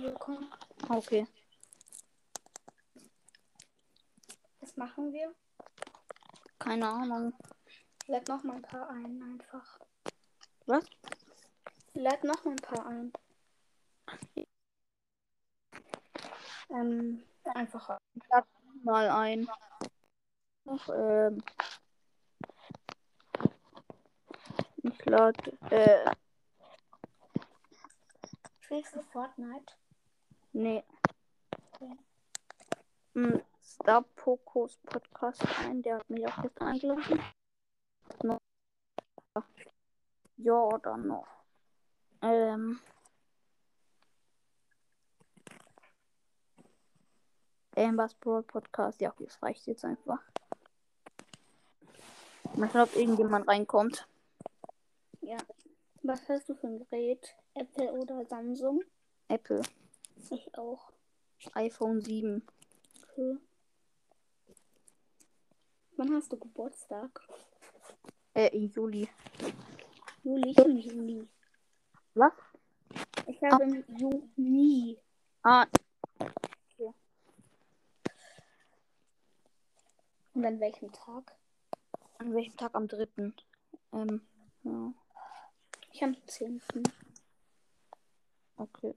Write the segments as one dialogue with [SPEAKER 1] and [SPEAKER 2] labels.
[SPEAKER 1] machen?
[SPEAKER 2] Okay.
[SPEAKER 1] Was machen wir?
[SPEAKER 2] Keine Ahnung.
[SPEAKER 1] Lad noch mal ein paar ein, einfach.
[SPEAKER 2] Was?
[SPEAKER 1] Lad noch mal ein paar ein. Ähm, einfach.
[SPEAKER 2] Mal ein. Ach, ähm. Ich lad, äh,
[SPEAKER 1] Spielst du Fortnite?
[SPEAKER 2] nee. Hm, Star Pocos Podcast ein, der hat mich auch gestern eingeladen. No. Ja oder no? Ähm. Ambers Brawl Podcast, ja, okay, das reicht jetzt einfach. Mal schauen, ob irgendjemand reinkommt.
[SPEAKER 1] Ja. Was hast du für ein Gerät? Apple oder Samsung?
[SPEAKER 2] Apple,
[SPEAKER 1] Ich auch.
[SPEAKER 2] iPhone 7.
[SPEAKER 1] Okay. Wann hast du Geburtstag?
[SPEAKER 2] Äh, im Juli.
[SPEAKER 1] Juli, ich im Juni.
[SPEAKER 2] Was?
[SPEAKER 1] Ich habe im Juni.
[SPEAKER 2] Ah,
[SPEAKER 1] Und an welchem Tag?
[SPEAKER 2] an welchem Tag? Am 3. Ähm, ja,
[SPEAKER 1] Ich am 10.
[SPEAKER 2] okay.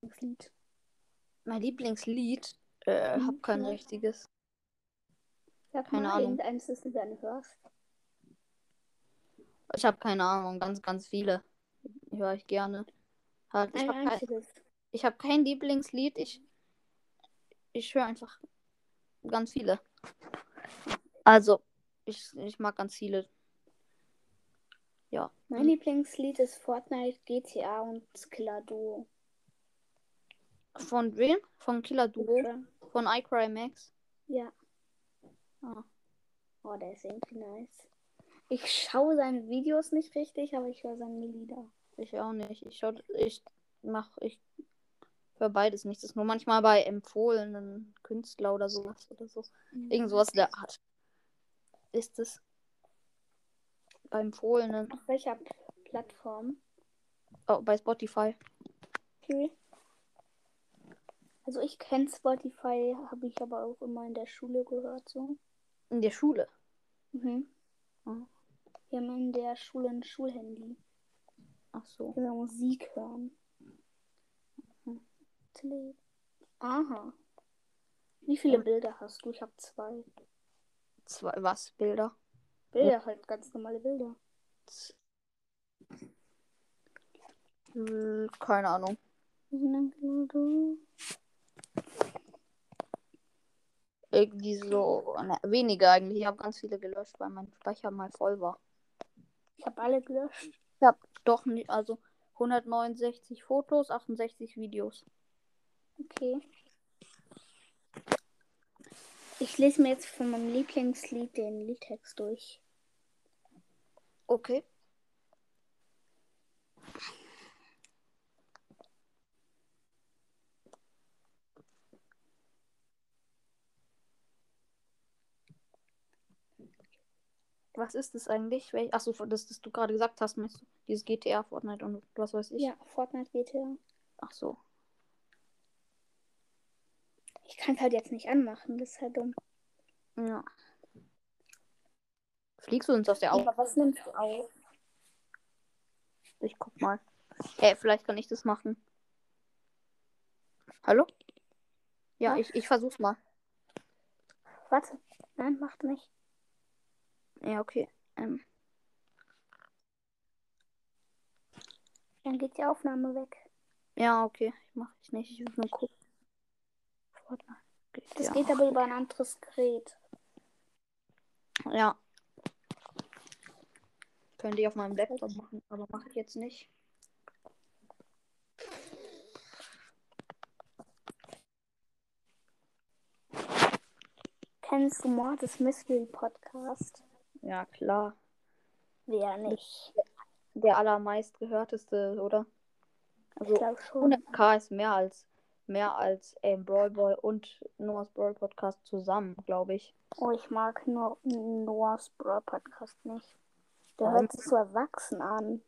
[SPEAKER 1] Das Lied.
[SPEAKER 2] Mein Lieblingslied? Äh, hab kein
[SPEAKER 1] Mhm.
[SPEAKER 2] richtiges.
[SPEAKER 1] Sag
[SPEAKER 2] Keine
[SPEAKER 1] mal,
[SPEAKER 2] Ahnung.
[SPEAKER 1] irgendeins, das du gerne hörst.
[SPEAKER 2] Ich habe keine Ahnung, ganz, ganz viele. Höre ich gerne. Halt, ich
[SPEAKER 1] Ein
[SPEAKER 2] habe kein,
[SPEAKER 1] einziges.
[SPEAKER 2] ich hab kein Lieblingslied. Ich, ich höre einfach ganz viele. Also, ich, ich mag ganz viele. Ja.
[SPEAKER 1] Mein Lieblingslied ist Fortnite, GTA und Killer Duo.
[SPEAKER 2] Von wem? Von Killer Duo?
[SPEAKER 1] Oder?
[SPEAKER 2] Von iCry Max?
[SPEAKER 1] Ja.
[SPEAKER 2] Ah.
[SPEAKER 1] Oh, der ist irgendwie nice. Ich schaue seine Videos nicht richtig, aber ich höre seine Lieder.
[SPEAKER 2] Ich auch nicht. Ich schau, ich mach, ich höre beides nicht. Das ist nur manchmal bei empfohlenen Künstler oder sowas oder so. Irgend sowas in der Art. Ist es bei empfohlenen,
[SPEAKER 1] Auf welcher P- Plattform?
[SPEAKER 2] oh, bei Spotify.
[SPEAKER 1] Okay. Also ich kenne Spotify, habe ich aber auch immer in der Schule gehört so.
[SPEAKER 2] In der Schule.
[SPEAKER 1] Mhm.
[SPEAKER 2] Ah.
[SPEAKER 1] Wir haben in der Schule ein Schulhandy.
[SPEAKER 2] Ach so.
[SPEAKER 1] Wenn wir Musik hören.
[SPEAKER 2] Mhm.
[SPEAKER 1] Tele- Aha. Wie viele Bilder hast du? Ich habe zwei.
[SPEAKER 2] Zwei, was? Bilder?
[SPEAKER 1] Bilder, halt ganz normale Bilder.
[SPEAKER 2] Hm, Keine Ahnung. Irgendwie so. Ne, weniger eigentlich. Ich habe ganz viele gelöscht, weil mein Speicher mal voll war.
[SPEAKER 1] Ich habe alle gelöscht.
[SPEAKER 2] Ich habe doch nicht, also 169 Fotos, 68 Videos.
[SPEAKER 1] Okay. Ich lese mir jetzt von meinem Lieblingslied den Liedtext durch.
[SPEAKER 2] Okay. Was ist das eigentlich? Wel- Ach so, das, das du gerade gesagt hast, meinst du? Dieses GTA, Fortnite und was weiß ich.
[SPEAKER 1] Ja, Fortnite GTA.
[SPEAKER 2] Ach so.
[SPEAKER 1] Ich kann es halt jetzt nicht anmachen, das ist halt dumm.
[SPEAKER 2] Ja. Fliegst du uns aus der Augen?
[SPEAKER 1] Aber was nimmst du auf?
[SPEAKER 2] Ich guck mal. Äh, vielleicht kann ich das machen. Hallo? Ja,
[SPEAKER 1] Ja.
[SPEAKER 2] ich, ich versuch's mal.
[SPEAKER 1] Warte. Nein, macht nicht.
[SPEAKER 2] Ja, okay. Ähm,
[SPEAKER 1] Dann geht die Aufnahme weg.
[SPEAKER 2] ja, okay. Mach ich nicht. Ich will nur gucken. Fortnite. Geht,
[SPEAKER 1] Das
[SPEAKER 2] ja.
[SPEAKER 1] geht aber über ein anderes Gerät.
[SPEAKER 2] ja. Könnte ich auf meinem Laptop machen, aber mache ich jetzt nicht.
[SPEAKER 1] Kennst du Mordes Mystery Podcast?
[SPEAKER 2] Ja, klar.
[SPEAKER 1] Wer nicht?
[SPEAKER 2] Der allermeistgehörteste, oder? Also,
[SPEAKER 1] Ich glaube schon.
[SPEAKER 2] 100k ist mehr als mehr als ähm, Brawl Ball und Noah's Brawl Podcast zusammen, glaube ich.
[SPEAKER 1] Oh, ich mag nur Noahs Brawl Podcast nicht. Der hört sich so erwachsen an.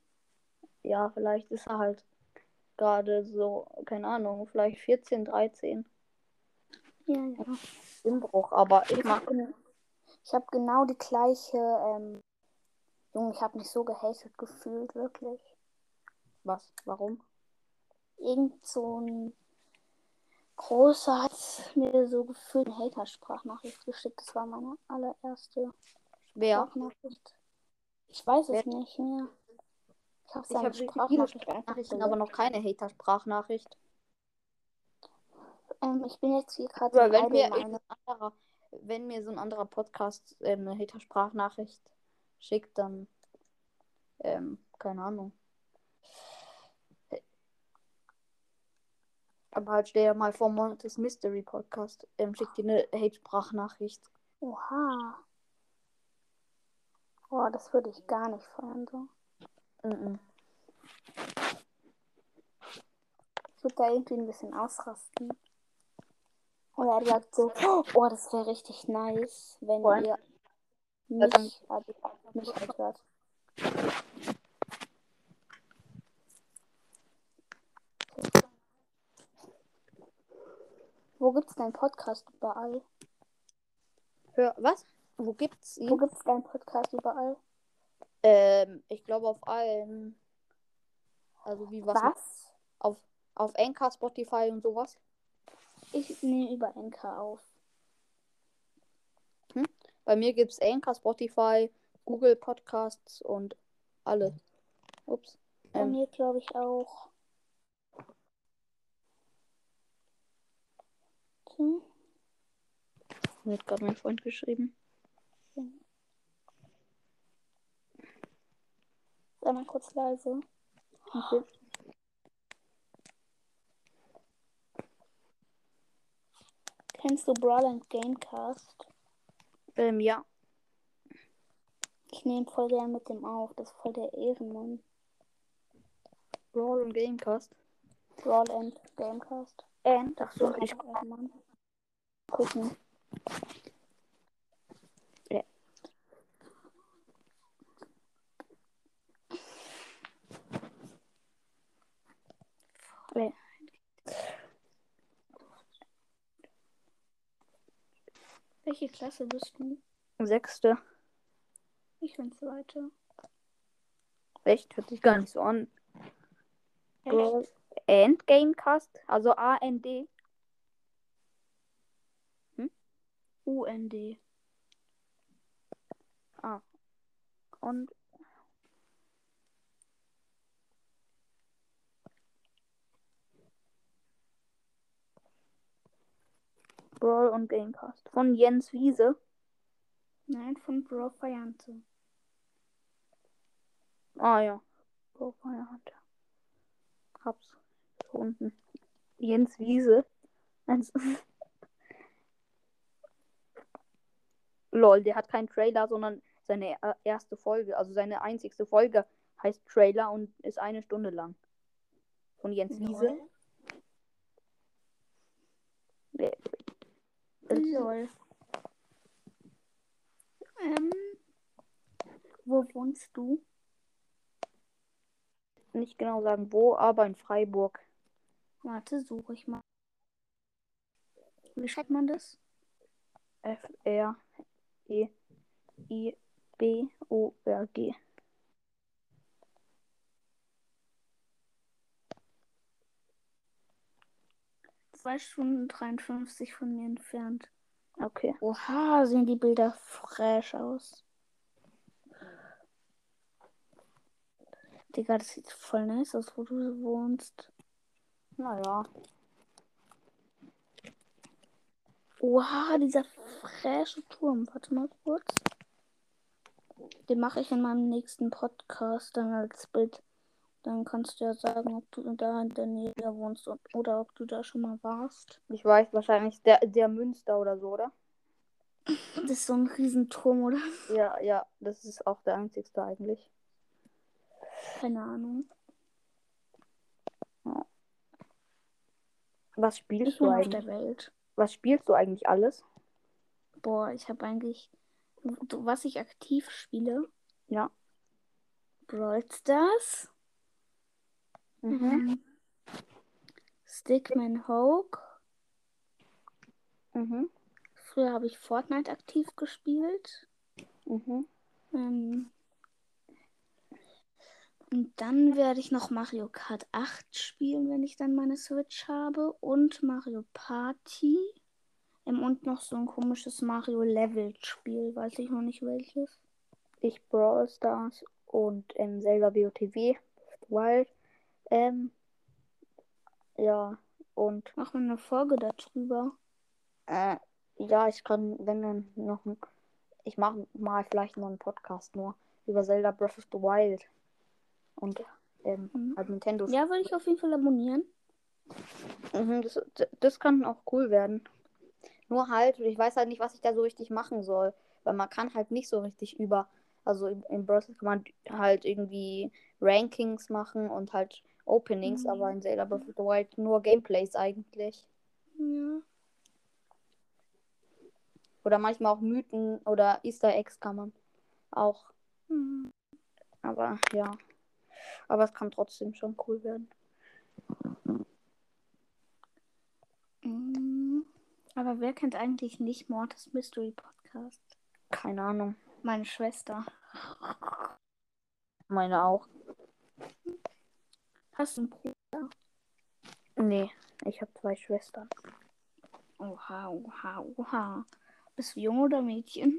[SPEAKER 2] Ja, vielleicht ist er halt gerade so, keine Ahnung, vielleicht 14, 13
[SPEAKER 1] Ja, ja.
[SPEAKER 2] im Bruch, aber ich mag ihn.
[SPEAKER 1] Ich habe genau die gleiche. Ähm... Junge, ich habe mich so gehatet gefühlt, wirklich.
[SPEAKER 2] Was? Warum?
[SPEAKER 1] Irgend so ein großer hat mir so gefühlt eine Hater-Sprachnachricht geschickt. Das war meine allererste
[SPEAKER 2] Wer?
[SPEAKER 1] Sprachnachricht. Ich weiß es
[SPEAKER 2] Wer-
[SPEAKER 1] nicht mehr. Ich habe
[SPEAKER 2] Ich
[SPEAKER 1] seine
[SPEAKER 2] habe viele
[SPEAKER 1] Sprachnachricht einfach
[SPEAKER 2] Sprachnachrichten, aber noch keine Hater-Sprachnachricht.
[SPEAKER 1] Ähm, ich bin jetzt hier gerade
[SPEAKER 2] Aber wenn
[SPEAKER 1] beide
[SPEAKER 2] mir,
[SPEAKER 1] in
[SPEAKER 2] ein
[SPEAKER 1] einer-
[SPEAKER 2] anderer, wenn mir so ein anderer Podcast äh, eine Hater-Sprachnachricht schickt, dann. Ähm, keine Ahnung. Aber halt stell dir mal vor, Montes Mystery Podcast ähm, schickt dir eine Hate-Sprachnachricht.
[SPEAKER 1] Oha. Oh, das würde ich gar nicht feiern. So.
[SPEAKER 2] Mhm.
[SPEAKER 1] Ich würde da irgendwie ein bisschen ausrasten. Oder er sagt so, oh, das wäre richtig nice, wenn
[SPEAKER 2] Voll.
[SPEAKER 1] ihr
[SPEAKER 2] Ja,
[SPEAKER 1] mich,
[SPEAKER 2] dann-
[SPEAKER 1] also mich halt hört. Wo gibt's deinen Podcast überall?
[SPEAKER 2] Hör, was? Wo gibt's
[SPEAKER 1] Wo
[SPEAKER 2] ihn?
[SPEAKER 1] gibt's deinen Podcast überall?
[SPEAKER 2] Ähm, ich glaube auf allen. Also wie was?
[SPEAKER 1] Was?
[SPEAKER 2] Auf, auf Anchor, Spotify und sowas.
[SPEAKER 1] Ich nehme über NK auf.
[SPEAKER 2] Bei mir gibt es Anchor, Spotify, Google Podcasts und alle. Ups.
[SPEAKER 1] Bei
[SPEAKER 2] Ähm.
[SPEAKER 1] mir glaube ich auch. Hm.
[SPEAKER 2] Mir hat gerade mein Freund geschrieben.
[SPEAKER 1] Sei mal kurz leise.
[SPEAKER 2] Okay.
[SPEAKER 1] Kennst du Brawl and Gamecast?
[SPEAKER 2] Ähm, ja.
[SPEAKER 1] Ich nehme voll gern mit dem auf. Das ist voll der Ehrenmann.
[SPEAKER 2] Brawl und Gamecast.
[SPEAKER 1] Brawl and Gamecast.
[SPEAKER 2] And? Ach so,
[SPEAKER 1] Das
[SPEAKER 2] ich.
[SPEAKER 1] ist einfach Ehrenmann. Gucken.
[SPEAKER 2] Ja. Ja.
[SPEAKER 1] Welche Klasse bist du?
[SPEAKER 2] Sechste.
[SPEAKER 1] Ich bin zweite.
[SPEAKER 2] Echt? Hört sich gar nicht so an.
[SPEAKER 1] Echt?
[SPEAKER 2] Brawl and Gamecast? Also A-N-D.
[SPEAKER 1] UND.
[SPEAKER 2] Und. Brawl und Gamecast. Von Jens Wiese.
[SPEAKER 1] Nein, von Bro Feiante.
[SPEAKER 2] Ah ja. Brawl Feierhand. Hab's. So unten. Jens Wiese. Also- Lol, der hat keinen Trailer, sondern seine er- erste Folge, also seine einzigste Folge heißt Trailer und ist eine Stunde lang. Von Jens Wiese.
[SPEAKER 1] Lol.
[SPEAKER 2] Also-
[SPEAKER 1] Lol. Ähm, wo wohnst du?
[SPEAKER 2] nicht genau sagen wo, aber in Freiburg.
[SPEAKER 1] Warte, suche ich mal. Wie schreibt man das?
[SPEAKER 2] F R E I B O R G.
[SPEAKER 1] Zwei Stunden 53 von mir entfernt.
[SPEAKER 2] Okay.
[SPEAKER 1] Oha, sehen die Bilder fresh aus. Digga, das sieht voll nice aus, wo du wohnst.
[SPEAKER 2] Naja.
[SPEAKER 1] Oha, dieser frische Turm. Warte mal kurz. Den mache ich in meinem nächsten Podcast dann als Bild. Dann kannst du ja sagen, ob du da in der Nähe wohnst und, oder ob du da schon mal warst.
[SPEAKER 2] Ich weiß wahrscheinlich der, der Münster oder so, oder?
[SPEAKER 1] Das ist so ein Riesenturm, oder?
[SPEAKER 2] Ja, ja, das ist auch der einzigste eigentlich.
[SPEAKER 1] Keine Ahnung.
[SPEAKER 2] Was
[SPEAKER 1] Ich
[SPEAKER 2] spielst du
[SPEAKER 1] bin auf
[SPEAKER 2] eigentlich?
[SPEAKER 1] der Welt.
[SPEAKER 2] Was spielst du eigentlich alles?
[SPEAKER 1] Boah, ich habe eigentlich, du- was ich aktiv spiele,
[SPEAKER 2] Ja.
[SPEAKER 1] Brawl Stars.
[SPEAKER 2] Mhm.
[SPEAKER 1] Stickman Hoke.
[SPEAKER 2] Mhm.
[SPEAKER 1] Früher habe ich Fortnite aktiv gespielt.
[SPEAKER 2] Mhm.
[SPEAKER 1] Ähm, und dann werde ich noch Mario Kart 8 spielen, wenn ich dann meine Switch habe. Und Mario Party. Ähm, und noch so ein komisches Mario Level Spiel. Weiß ich noch nicht welches.
[SPEAKER 2] Ich Brawl Stars und ähm, selber BOTW. Wild. Ähm, ja, und
[SPEAKER 1] Machen wir eine Folge darüber.
[SPEAKER 2] äh, ja, ich kann, wenn dann noch ein, ich mache mal vielleicht noch einen Podcast nur über Zelda Breath of the Wild und ähm,
[SPEAKER 1] Mhm.
[SPEAKER 2] halt Nintendo.
[SPEAKER 1] Ja, würde ich auf jeden Fall abonnieren.
[SPEAKER 2] Mhm, das, das kann auch cool werden. Nur halt, ich weiß halt nicht, was ich da so richtig machen soll. Weil man kann halt nicht so richtig über. Also in, in Brawl Stars kann man halt irgendwie Rankings machen und halt Openings,
[SPEAKER 1] Mhm.
[SPEAKER 2] aber in Zelda Breath of the Wild nur Gameplays eigentlich.
[SPEAKER 1] Ja.
[SPEAKER 2] Oder manchmal auch Mythen oder Easter Eggs kann man auch.
[SPEAKER 1] Mhm.
[SPEAKER 2] Aber ja. Aber es kann trotzdem schon cool werden.
[SPEAKER 1] Mhm. Aber wer kennt eigentlich nicht Mortis Mystery Podcast?
[SPEAKER 2] Keine Ahnung.
[SPEAKER 1] Meine Schwester.
[SPEAKER 2] Meine auch.
[SPEAKER 1] Hast du einen Bruder?
[SPEAKER 2] Nee, ich habe zwei Schwestern.
[SPEAKER 1] Oha, oha, oha. Bist du Junge oder Mädchen?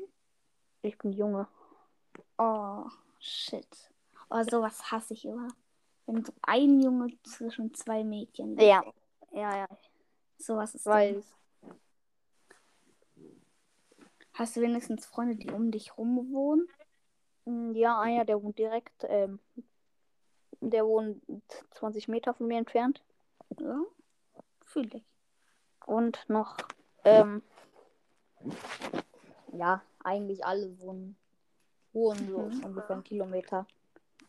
[SPEAKER 2] Ich bin Junge.
[SPEAKER 1] Oh, shit. Oh, sowas hasse ich immer. Wenn so ein Junge zwischen zwei Mädchen liegt.
[SPEAKER 2] Ja. Ja, ja, ich
[SPEAKER 1] Sowas ist dumm.
[SPEAKER 2] weiß.
[SPEAKER 1] Hast du wenigstens Freunde, die um dich rum wohnen?
[SPEAKER 2] Mm, Ja, einer, der wohnt direkt, ähm, der wohnt 20 Meter von mir entfernt.
[SPEAKER 1] Ja. Fühle ich.
[SPEAKER 2] Und noch, ähm, ja, eigentlich alle wohnen, wohnen so
[SPEAKER 1] Mhm.
[SPEAKER 2] ungefähr einen Kilometer.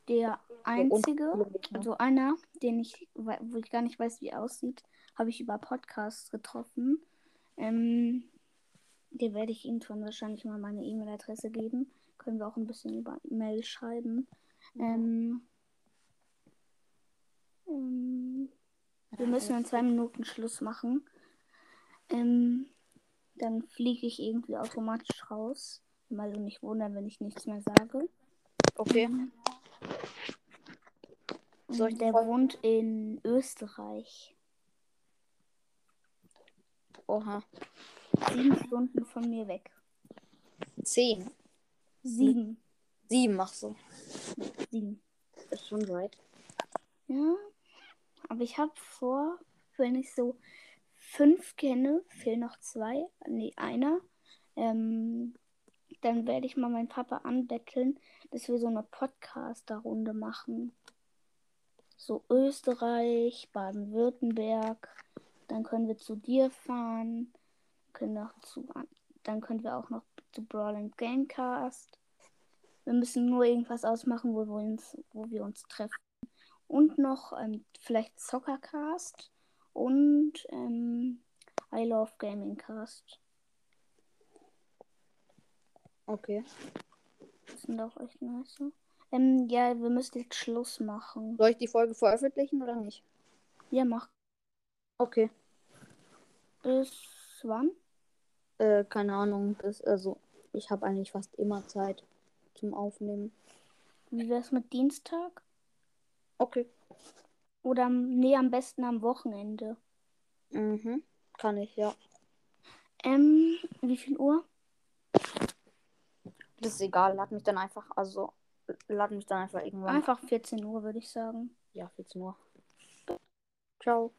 [SPEAKER 1] Der
[SPEAKER 2] unter
[SPEAKER 1] einzige,
[SPEAKER 2] Kilometer.
[SPEAKER 1] also einer, den ich, we- wo ich gar nicht weiß, wie er aussieht, habe ich über Podcasts getroffen. Ähm, dem werde ich irgendwann wahrscheinlich mal meine E-Mail-Adresse geben. Können wir auch ein bisschen über E-Mail schreiben. Ähm, ähm, wir müssen in zwei Minuten Schluss machen. Ähm, dann fliege ich irgendwie automatisch raus. Mal so nicht wundern, wenn ich nichts mehr sage.
[SPEAKER 2] Okay. Soll ich
[SPEAKER 1] der
[SPEAKER 2] die Folge-
[SPEAKER 1] wohnt in Österreich.
[SPEAKER 2] Oha.
[SPEAKER 1] Sieben Stunden von mir weg.
[SPEAKER 2] Zehn.
[SPEAKER 1] Sieben.
[SPEAKER 2] Sieben machst du.
[SPEAKER 1] Sieben.
[SPEAKER 2] Ist schon weit.
[SPEAKER 1] Ja. Aber ich habe vor, wenn ich so fünf kenne, fehlen noch zwei, nee, einer, ähm, dann werde ich mal meinen Papa anbetteln, dass wir so eine Podcaster-Runde machen. So Österreich, Baden-Württemberg. Dann können wir zu dir fahren. Können auch zu, an- dann können wir auch noch zu Brawl and Gamecast. Wir müssen nur irgendwas ausmachen, wo wir uns, wo wir uns treffen. Und noch ähm, vielleicht Soccercast und ähm, I Love Gaming Cast.
[SPEAKER 2] Okay.
[SPEAKER 1] Das sind auch echt nice. Ähm, ja, wir müssen jetzt Schluss machen.
[SPEAKER 2] Soll ich die Folge veröffentlichen oder nicht?
[SPEAKER 1] Ja, mach.
[SPEAKER 2] Okay.
[SPEAKER 1] Bis wann?
[SPEAKER 2] Äh, keine Ahnung. Das, also, ich habe eigentlich fast immer Zeit zum Aufnehmen.
[SPEAKER 1] Wie wär's mit Dienstag?
[SPEAKER 2] Okay.
[SPEAKER 1] Oder am- nee, am besten am Wochenende.
[SPEAKER 2] Mhm. Kann ich, ja.
[SPEAKER 1] Ähm, wie viel Uhr?
[SPEAKER 2] Das ist egal, lad mich dann einfach, also lad mich dann einfach irgendwann.
[SPEAKER 1] Einfach 14 Uhr, würde ich sagen.
[SPEAKER 2] Ja, 14 Uhr. Ciao.